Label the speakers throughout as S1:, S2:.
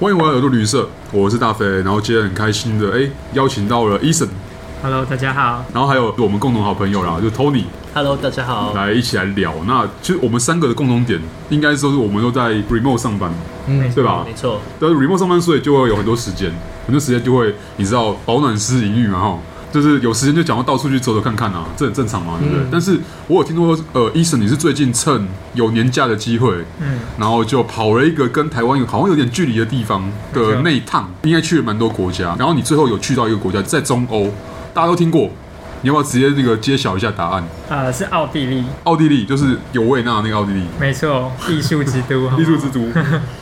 S1: 欢迎回来耳朵旅社，我是大飞。然后今天很开心的，哎，邀请到了 Eason，
S2: Hello，大家好。
S1: 然后还有我们共同好朋友啦，就 Tony
S2: Hello，大家好。
S1: 来一起来聊。那其实我们三个的共同点，应该都是我们都在 remote 上班，
S2: 嗯
S1: 对吧
S2: 没错，
S1: 但是 remote 上班，所以就会有很多时间，很多时间就会，你知道保暖思淫欲嘛，哈，就是有时间就想要到处去走走看看啊，这很正常嘛，对不对？但是我有听说，呃，Eason 你是最近趁有年假的机会，
S2: 嗯，
S1: 然后就跑了一个跟台湾有好像有点距离的地方的内趟，应该去了蛮多国家。然后你最后有去到一个国家，在中欧，大家都听过。你要不要直接那个揭晓一下答案？
S2: 呃，是奥地利，
S1: 奥地利就是有维也纳那个奥地利，
S2: 没错，艺术之都，
S1: 艺术之都。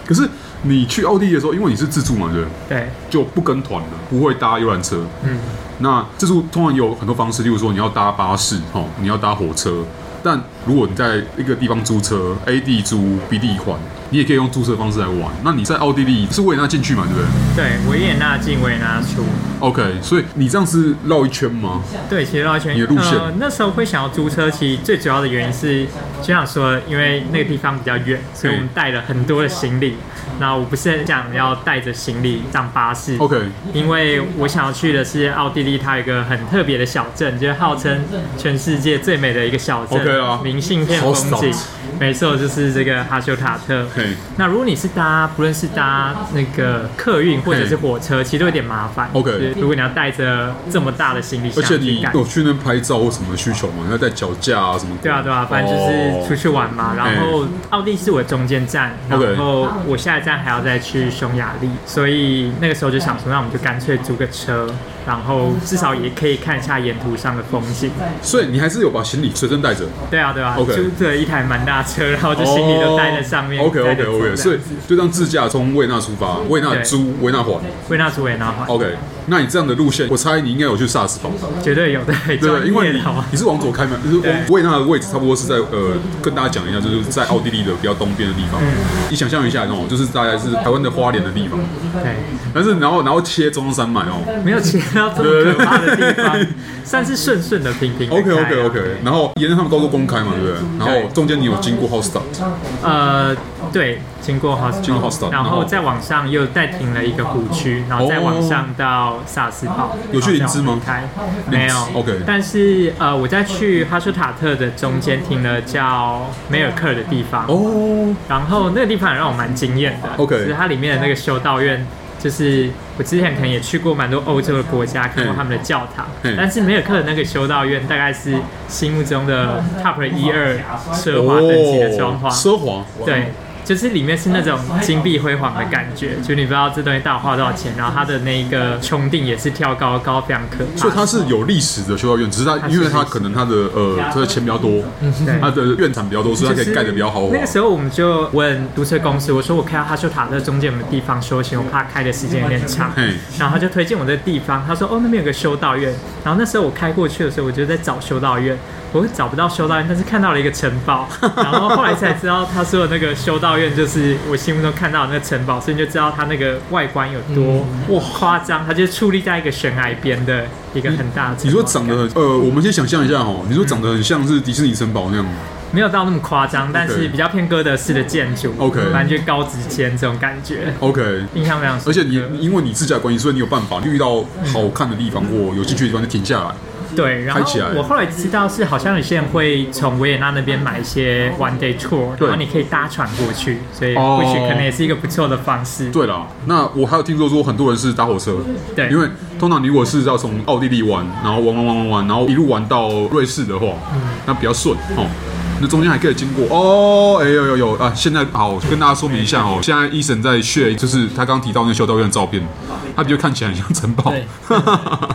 S1: 可是你去奥地利的时候，因为你是自助嘛，对不对？
S2: 对，
S1: 就不跟团了，不会搭游览车。
S2: 嗯，
S1: 那自助通常有很多方式，例如说你要搭巴士，哦，你要搭火车。但如果你在一个地方租车，A 地租，B 地还，你也可以用租车方式来玩。那你在奥地利是维也纳进去嘛，对不对
S2: 对，维也纳进，维也纳出。
S1: ？OK，所以你这样是绕一圈吗？
S2: 对，其实绕一圈
S1: 你的路线
S2: 呃，那时候会想要租车，其实最主要的原因是，就像说，因为那个地方比较远，所以我们带了很多的行李。那我不是很想要带着行李上巴士
S1: OK
S2: 因为我想要去的是奥地利，它有一个很特别的小镇，就是号称全世界最美的一个小镇
S1: OK 啊
S2: 明信片
S1: 好
S2: 风
S1: 少
S2: 景。没错，就是这个哈修塔特。
S1: 嘿
S2: 那如果你是搭，不论是搭那个客运或者是火车，其实都有点麻烦。
S1: OK
S2: 就是如果你要带着这么大的行李
S1: 而
S2: 箱
S1: 且
S2: 去
S1: 你
S2: 赶，
S1: 有去那边拍照或什么需求吗？你要带脚架啊什么的？哦
S2: 对啊对啊，反正就是出去玩嘛。然后奥地利是我的中间站，然
S1: OK
S2: 后我下一站还要再去匈牙利，所以那个时候就想说，那我们就干脆租个车，然后至少也可以看一下沿途上的风景。
S1: 哦所以你还是有把行李随身带着。
S2: 对啊对啊
S1: OK
S2: 租了一台蛮大的车，然后就行李都带在上面。
S1: OK
S2: 带
S1: OK
S2: 着走这
S1: OK，
S2: 样
S1: 哦所以就当自驾从维也纳出发，维也纳租，维也纳还。
S2: 维也纳出维也纳环，
S1: OK，那你这样的路线，我猜你应该有去萨斯堡，
S2: 绝对有的，对
S1: 对不对？因为
S2: 专业
S1: 你
S2: 的好哦吗
S1: 你是往左开嘛，就是
S2: 对
S1: 维也纳的位置差不多是在呃，跟大家讲一下，就是在奥地利的比较东边的地方。你想象一下哦，就是大概是台湾的花莲的地方，
S2: 对，
S1: 但是然后然后切中央山脉哦。
S2: 没有切到这么可怕的地方， 算是顺顺的平平的
S1: OK
S2: 开啊
S1: OK OK，然后沿着他们高速公开嘛，对不对？然后中间你有经过 Hostel，
S2: 呃，对，经过 h o s t
S1: 经过 Hostel，
S2: 然
S1: 然后
S2: 后再往上又再停了一个湖区，然后再往上到萨斯堡，
S1: 哦有去林芝吗
S2: 然后再往回开没有
S1: 林芝，OK
S2: 但是呃，我在去哈舒塔特的中间停了叫梅尔克的地方，
S1: 哦，
S2: 然后那个地方也让我蛮惊艳的。
S1: OK
S2: 就是它里面的那个修道院，就是我之前可能也去过蛮多欧洲的国家，看过他们的教堂
S1: 嗯，
S2: 但是梅尔克的那个修道院大概是心目中的 top 一二奢华等级的装潢，
S1: 哦奢华，
S2: 对。就是里面是那种金碧辉煌的感觉，就你不知道这东西到底花多少钱，然后它的那个穹顶也是挑高高，非常可怕。
S1: 所以它是有历史的修道院，只是它因为它可能它的呃它的钱比较嗯多，它的院产比较多，所以它可以盖的比较豪哦华。
S2: 那个时候我们就问租车公司，我说我开到哈修塔特中间有没有地方休息，我怕开的时间有点长
S1: 嘿。
S2: 然后他就推荐我这个地方，他说哦那边有个修道院。然后那时候我开过去的时候，我就在找修道院，我找不到修道院，但是看到了一个城 堡。然后后来才知道他说的那个修道院就是我心目中看到的那个城堡，所以你就知道它那个外观有多
S1: 嗯
S2: 哇夸张。它就矗立在一个悬崖边的一个很大的城堡
S1: 你说长得很呃，我们先想象一下哦，你说长得很像是迪士尼城堡那样，
S2: 没有到那么夸张，但是比较偏哥德式的建筑
S1: OK
S2: 反正就高级间这种感觉。
S1: OK。
S2: 印象非常深刻。
S1: 而且你你因为你自驾关系，所以你有办法遇到好看的地
S2: 嗯
S1: 方或有兴趣的地方就停下来。
S2: 对，然
S1: 开
S2: 后
S1: 起来
S2: 我后来知道是好像有些人会从维也纳那边买一些 one day tour，
S1: 对
S2: 然后你可以搭船过去，所以
S1: 哦
S2: 或许可能也是一个不错的方式。
S1: 对啦，那我还有听说说很多人是搭火车，
S2: 对
S1: 因为通常你如果是要从奥地利玩，然后玩玩玩玩玩，然后一路玩到瑞士的话，
S2: 嗯
S1: 那比较顺哦。那中间还可以经过哦，哎、有有有啊！现在好跟大家说明一下哦，现在医生在 share 就是他刚提到那个修道院的照片，他比较看起来很像城堡。
S3: 对
S1: 哦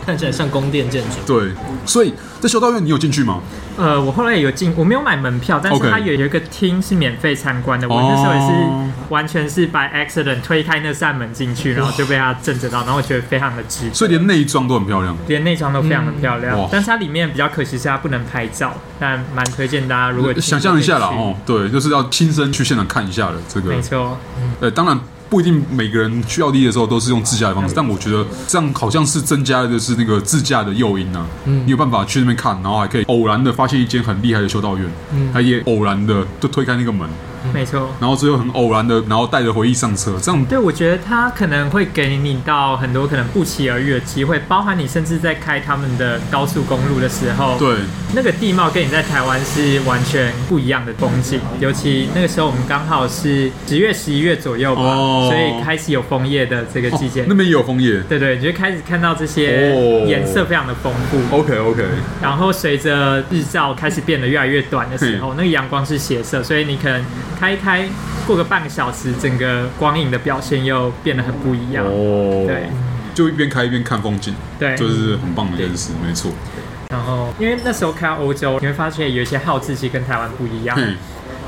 S3: 看起来像宫殿建筑。
S1: 对，所以这修道院你有进去吗？
S2: 呃，我后来也有进，我没有买门票，但
S1: OK
S2: 是它有有一个厅是免费参观的。我
S1: 哦
S2: 那时候也是完全是 by accident 推开那扇门进去，然后就被它震着到，然后我觉得非常的值得。
S1: 所以连内装都很漂亮。
S2: 连内装都非常的漂亮，
S1: 嗯哇
S2: 但是它里面比较可惜是它不能拍照，但蛮推荐大家如果有
S1: 想象一下啦，
S2: 兴趣可以去
S1: 哦，对，就是要亲身去现场看一下的这个。
S2: 没错，
S1: 呃，当然不一定每个人去奥地利的时候都是用自驾的
S2: 嗯
S1: 方式，但我觉得这样好像是增加的是那个自驾的诱因啊。
S2: 嗯
S1: 你有办法
S2: 嗯
S1: 去那边看，然后还可以偶然的发现一间很厉害的修道院，他也偶然的就推开那个门，
S2: 没错。
S1: 然后最后很偶然的，然后带着回忆上车，这样
S2: 对，我觉得他可能会给你到很多可能不期而遇的机会，包含你甚至在开他们的高速公路的时候，
S1: 对
S2: 那个地貌跟你在台湾是完全不一样的风景，尤其那个时候我们刚好是十月、十一月左右吧，
S1: 哦
S2: 所以开始有枫叶的这个季节。
S1: 哦那边也有枫叶。
S2: 对对，你就开始看到这些
S1: 哦
S2: 颜色非常的丰富，
S1: OK OK，
S2: 然后随着日照开始变得越来越短的时
S1: 嗯
S2: 候，那个阳光是斜射，所以你可能开一开过个半个小时，整个光影的表现又变得很不一样。
S1: 哦，
S2: 对，
S1: 就一边开一边看风景，
S2: 对
S1: 就是很棒的一件事，没错。
S2: 然后因为那时候开到欧洲，你会发现有一些号志其实跟台湾不一样。
S1: 嘿，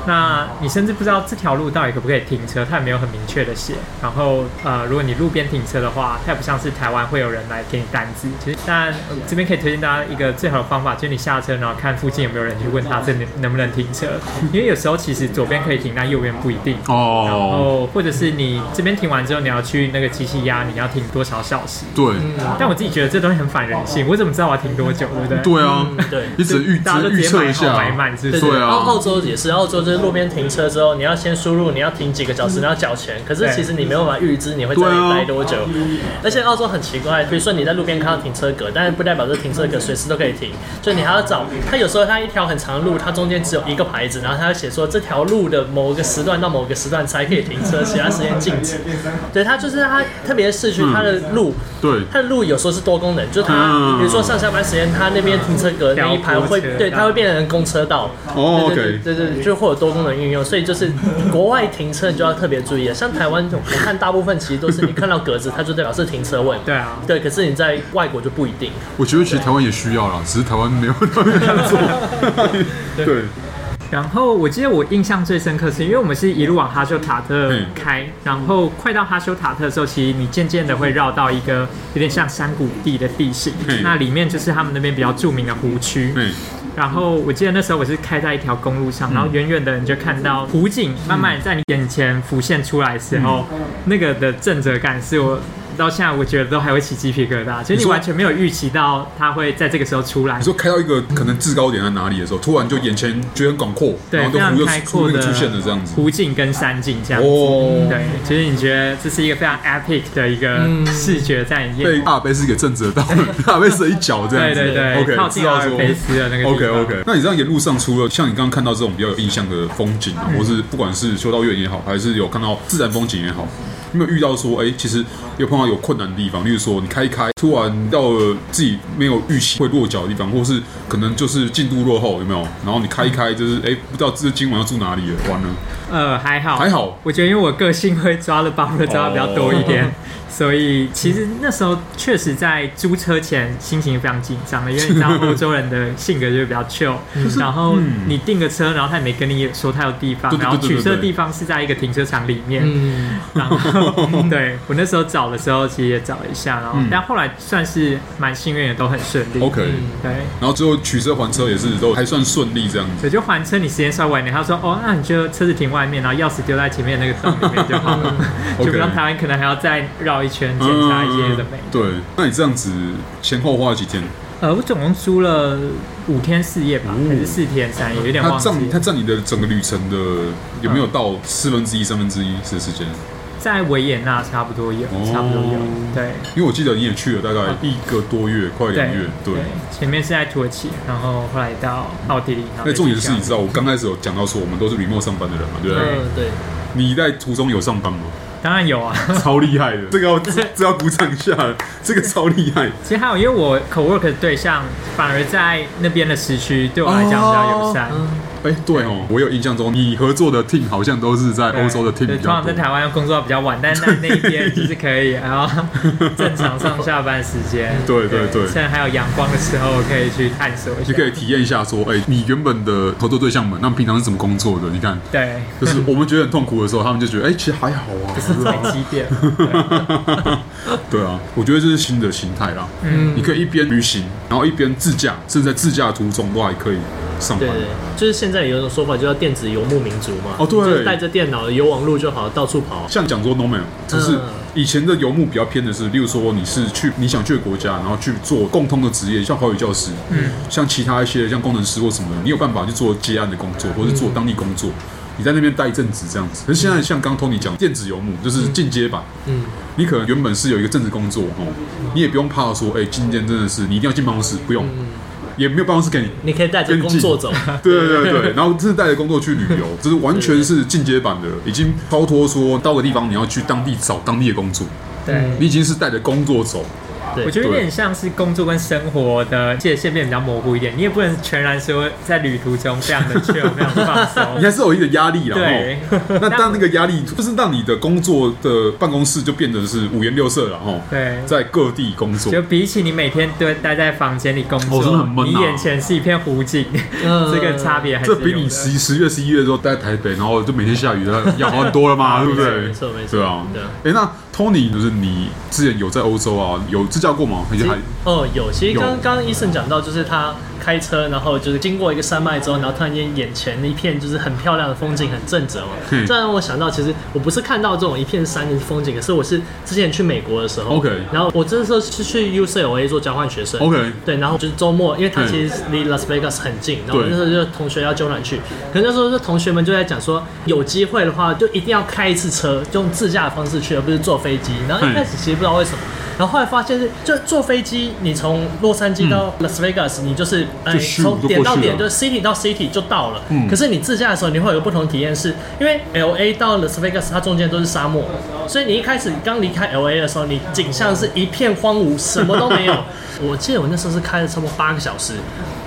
S2: 那你甚至不知道这条路到底可不可以停车，它也没有很明确的写。然后呃，如果你路边停车的话，它也不像是台湾会有人来给你单子。其实，但这边可以推荐大家一个最好的方法，就是你下车然后看附近有没有人去问他这里能不能停车，因为有时候其实左边可以停，但右边不一定。然
S1: 哦，
S2: 后或者是你这边停完之后，你要去那个机器压，你要停多少小时？
S1: 对，
S2: 但我自己觉得这东西很反人性，我怎么知道我要停多久，对不嗯对？
S1: 对啊，
S3: 对。
S1: 你只能预
S2: 大家
S1: 只
S2: 都
S1: 能
S2: 直
S1: 预
S2: 接
S1: 测
S2: 买
S1: 一
S2: 好
S1: 下，
S2: 买满是不是哦
S1: 对
S4: 澳澳
S1: 啊，
S4: 洲也是，澳洲就是路边停车之后，你要先输入你要停几个小时，然后缴钱。可是其实你没有办法预知你会在
S1: 对
S4: 那
S1: 啊
S4: 里待多久。而且澳洲很奇怪，比如说你在路边看到停车格，但是不代表这停车格随时都可以停，就你还要找。它有时候它一条很长的路，它中间只有一个牌子，然后它会写说这条路的某个时段到某个时段才可以停车，其他时间禁止。 对，它就是它特别市区
S1: 嗯
S4: 它的路。
S1: 对，
S4: 它的路有时候是多功能，就
S1: 嗯
S4: 是它，比如说上下班时间，它那边停车格那一排
S2: 调
S4: 会，
S2: 拨车
S4: 对，它会变成公车道。
S1: 哦
S4: 对对
S1: OK，
S4: 对对，对就会有多功能运用，所以就是国外停车你就要特别注意了。像台湾，我看大部分其实都是你看到格子，它就代表是停车位。
S2: 对啊
S4: 对，可是你在外国就不一定。
S1: 我觉得其实台湾也需要啦，只是台湾没有那么样做。对，
S2: 然后我记得我印象最深刻是，因为我们是一路往哈修塔特开，然后快到哈修塔特的时候，其实你渐渐的会绕到一个有点像山谷地的地形
S1: 嗯，
S2: 那里面就是他们那边比较著名的湖区。
S1: 嘿，
S2: 然后我记得那时候我是开在一条公路上，
S1: 嗯
S2: 然后远远的你就看到湖景慢慢在你眼前浮现出来的时候，
S1: 嗯
S2: 那个的震折感是我。到现在我觉得都还会起鸡皮疙瘩，就是
S1: 你
S2: 你
S1: 说
S2: 完全没有预期到它会在这个时候出来
S1: 你。说开到一个可能制高点在哪里的时候，突然就眼前觉得很广阔，
S2: 对，
S1: 然后
S2: 非
S1: 就
S2: 常
S1: 湖就
S2: 开
S1: 出
S2: 阔
S1: 那
S2: 的
S1: 个出现了这样子。
S2: 湖景跟山景这样子。
S1: 哦
S2: 对，其实你觉得这是一个非常 epic 的一个视觉在你眼
S1: 被
S2: 里。
S1: 阿尔卑斯给震折到 了，阿尔卑斯的一脚这样子。
S2: 对对对
S1: OK，
S2: 靠近
S1: 知道
S2: 阿尔
S1: 说
S2: 卑斯的那个地方
S1: OK OK，那你这样沿路上，除了像你刚刚看到这种比较有印象的风景
S2: 嗯
S1: 啊，或是不管是修道院也好，还是有看到自然风景也好，有没有遇到说，哎，其实有碰到有困难的地方，例如说你开一开，突然到了自己没有预期会落脚的地方，或是可能就是进度落后，有没有？然后你开一开，就是哎，不知道这今晚要住哪里了，完了，
S2: 呃，还好，
S1: 还好
S2: 我觉得因为我个性会抓的包袱抓的比较多一点，
S1: 哦
S2: 所以其实那时候确实在租车前心情非常紧张的，因为你知道欧洲人的性格就是比较 chill，、然
S1: 嗯
S2: 后你订个车，然后他也没跟你说他有地方，
S1: 对对
S2: 然后
S1: 对对对
S2: 取车
S1: 对
S2: 地方是在一个停车场里面，
S3: 嗯，
S2: 然后 对我那时候找的时候，其实也找了一下，然后、
S1: 嗯
S2: 但后来算是蛮幸运的，都很顺利。嗯
S1: OK
S2: 对，
S1: 然后最后取车还车也是都还算顺利这样子。
S2: 所以就还车，你时间稍微晚一点，他说哦，那你就车子停外面，然后钥匙丢在前面那个洞里面就好了， 就
S1: 嗯
S2: 不
S1: OK
S2: 像台湾可能还要再绕一圈检查一些有的没的。
S1: 嗯对，那你这样子前后花了几天？
S2: 呃，我总共租了五天四夜吧，
S1: 哦
S2: 还是四天三夜，有点
S1: 它
S2: 忘记了
S1: 占。它占你的整个旅程的有没有到四分之一、三分之一的时间？
S2: 嗯在维也纳差不多有，
S1: 哦
S2: 差不多有，对。
S1: 因为我记得你也去了大
S2: 啊
S1: 概一个多月，快两月。对，
S2: 前面是在土耳其，然后后来到奥地利，然后
S1: 那
S2: 再
S1: 重点是
S2: 去
S1: 你知道，我刚开始有讲到说我们都是 remote 上班的人嘛，对不对？
S4: 嗯，对。
S1: 你在途中有上班 吗？
S2: 当然有啊，
S1: 超厉害的，这 个要这这要鼓掌一下，这个超厉害。
S2: 其实还有，因为我 co work 的对象反而在那边的时区对我来讲比较友善。
S1: 哎，对哦，我有印象中你合作的 team 好像都是在
S2: 对
S1: 欧洲的 team
S2: 对
S1: 比
S2: 通常
S1: 较多
S2: 在。台湾工作到比较晚，但是在那一边就是可以，然后正常上下班时间。
S1: 对对对
S2: 趁还有阳光的时候，可以去探索一下。
S1: 你可以体验一下说，哎、你原本的合作对象们，那平常是怎么工作的？你看，
S2: 对，
S1: 就是我们觉得很痛苦的时候，他们就觉得，哎、其实还好 啊，对啊
S2: 才几 点？对
S1: 对啊，我觉得这是新的心态啦。嗯，你可以一边旅行，然后一边自驾，甚至在自驾途中都还可以上
S4: 对
S1: 班。
S4: 对，就是现在有一种说法，就叫电子游牧民族嘛。
S1: 哦对
S4: 就是带着电脑游网路就好，到处跑。
S1: 像讲说 nomad，就是
S4: 哦嗯
S1: 以前的游牧比较偏的是，例如说你是去你想去的国家，然后去做共通的职业，像华语教师，嗯，像其他一些像工程师或什么的，你有办法去做接案的工作，或是做当地工作。你在那边待一阵子这样子。可是现在像刚 Tony 讲，电子游牧就是进阶版，
S3: 嗯，
S1: 你可能原本是有一个正职工作哦，你也不用怕说，哎，今天真的是你一定要进办公室，不用，也没有办公室给你。
S4: 你可以带着工作走，
S1: 对对对对，然后这是带着工作去旅游，这是完全是进阶版的，已经超脱说到个地方你要去当地找当地的工作，
S2: 对，
S1: 你已经是带着工作走。
S4: 对
S2: 我觉得有点像是工作跟生活的界限变比较模糊一点，你也不能全然说在旅途中非常的 chill，非常的放
S1: 你
S2: 松。
S1: 还是有一点压力啦。
S2: 嗯对
S1: 吼那但那个压力就是让你的工作的办公室就变得是五颜六色了吼。
S2: 对
S1: 在各地工作
S2: 就，比起你每天都待在房间里工作，
S1: 哦真的很闷啊
S2: 你眼前是一片湖景，
S3: 嗯
S2: 这个差别还是
S1: 这
S2: 有的
S1: 比你十十月、十一月的时候待在台北，然后就每天下雨，要好很多了嘛，对不对？
S4: 没错没错
S1: 对啊
S4: 对啊。
S1: 哎，那 Tony 就是你之前有在欧洲啊，有自驾过吗？还是还
S4: 哦，有。其实
S1: 有
S4: 刚刚刚医生讲到，就是他开车，然后就是经过一个山脉之后，然后突然间眼前一片就是很漂亮的风景，很正直嘛
S1: 嗯。
S4: 这让我想到，其实我不是看到这种一片山的风景，可是我是之前去美国的时候
S1: OK
S4: 然后我这时候是去 UCLA 做交换学生
S1: OK
S4: 对，然后就是周末，因为它
S1: 嗯
S4: 其实离 Las Vegas 很近，然后
S1: 对
S4: 那时候就同学要揪团去，可是那时候就同学们就在讲说，有机会的话就一定要开一次车，用自驾的方式去，而不是坐飞机。然后一开始其实不知道为什么，然后后来发现是，就坐飞机，你从洛杉矶到 Las Vegas，、你就是哎
S1: 嗯就咻
S4: 从
S1: 就
S4: 点
S1: 过
S4: 到
S1: 去
S4: 点
S1: 了
S4: 就 city 到 city 就到了。
S1: 嗯
S4: 可是你自驾的时候，你会有个不同体验是，因为 L A 到 Las Vegas 它中间都是沙漠，所以你一开始刚离开 L A 的时候，你景象是一片荒芜，什么都没 有。我记得我那时候是开了差不多八个小时，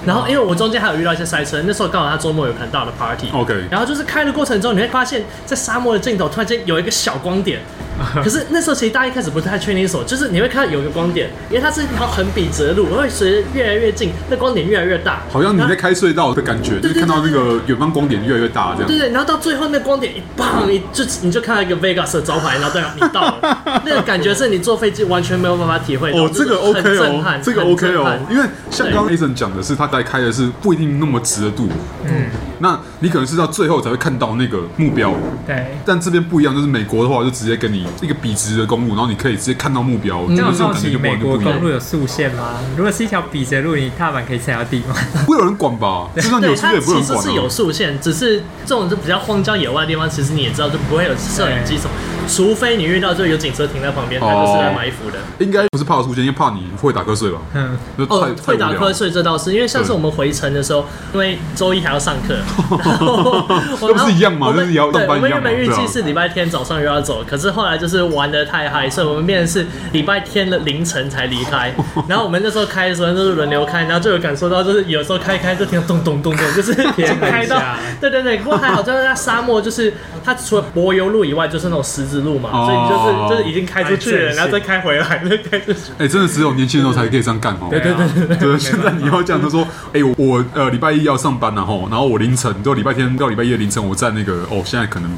S4: 然后因为我中间还有遇到一些塞车，那时候刚好他周末有很大的 party。
S1: OK？
S4: 然后就是开的过程中，你会发现在沙漠的尽头突然间有一个小光点， 可是那时候其实大家一开始不太确定什么，就是你会看到有一个光点，因为它是一条很笔直的路，会随着越来越近，那光点越来越大，
S1: 好像你
S4: 然后
S1: 在开隧道的感觉，就是看到那个远方光点越来越大这样。
S4: 对对，然后到最后那光点一棒，你就你就看到一个 Vegas 的招牌，然后代表你到了，那个感觉是你坐飞机完全没有办法体会到。
S1: 哦，这个 OK
S4: 很震
S1: 哦
S4: 撼，
S1: 这个
S4: 很
S1: OK
S4: 震
S1: 哦
S4: 撼，
S1: 因为像刚刚 Ason 讲的是，他在开的是不一定那么直的度，嗯，那你可能是到最后才会看到那个目标，
S2: 对，
S1: 但这边不一样，就是美国的话就直接给你一个笔直的公路，然后你可以直接看到目标，
S4: 嗯
S1: 我觉
S2: 那
S1: 得
S2: 我
S1: 这种
S2: 好
S1: 感觉
S2: 奇
S1: 就不
S2: 美
S1: 完全
S2: 国
S1: 不一
S2: 公
S1: 样
S2: 路。有速限吗？如果是一条笔直的路，你踏板可以踩到地吗？
S1: 不会有人管 吧？就算有
S4: 对，
S1: 车
S4: 它
S1: 也不会有人
S4: 其实
S1: 管、
S4: 是有
S1: 啊。
S4: 速限，只是这种就比较荒郊野外的地方，其实你也知道，就不会有摄影机什么，除非你遇到就有警车停在旁边，它
S1: 哦
S4: 就是来埋伏的。
S1: 应该不是怕出现，因为怕你会打瞌睡吧？
S2: 嗯，
S1: 就
S4: 哦
S1: 太，
S4: 会
S1: 太无
S4: 打
S1: 聊
S4: 瞌睡这倒是，因为上次
S1: 对
S4: 我们回程的时候，因为周一还要上 课，
S1: 那不是一样吗
S4: 我们
S1: 就是也要
S4: 对
S1: 上班
S4: 我们
S1: 一样嘛
S4: 原本预
S1: 对
S4: 计
S1: 啊
S4: 是礼拜天早上又要走，可是后来就是玩的太嗨，所以我们变成是礼拜天的凌晨才离开。 然后我们那时候开的时候就是轮流开，然后就有感受到，就是有时候开一开就听到咚咚咚咚，就是已经开到
S2: 天哪，
S4: 对对对。不过还好，就是在沙漠，就是它除了柏油路以外，就是那种石子路嘛，所
S1: 哦
S4: 以就是就是已经开出去了，然后再开回来，再开出 去。
S1: 哎、真的只有年轻人时候才可以这样干哦。对
S2: 对对对
S1: 对，现在你要这样，就说，哎、我我呃礼拜一要上班然、啊、后，然后我凌晨就礼拜天到礼拜一的凌晨，我在那个哦，现在可能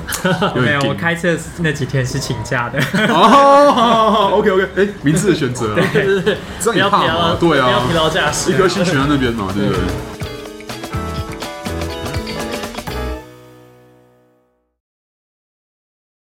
S1: 有
S2: 没
S1: 点
S2: 有，
S1: 紧
S2: 我开车那几天是请假的。
S1: 哦，OK OK，哎、明智的选择啊，
S4: 对对对，
S1: 这样
S4: 不
S1: 也
S4: 要疲
S1: 怕嘛
S4: 劳，
S1: 对啊
S4: 不要疲劳驾驶
S1: 一。颗心悬在那边嘛，对不对？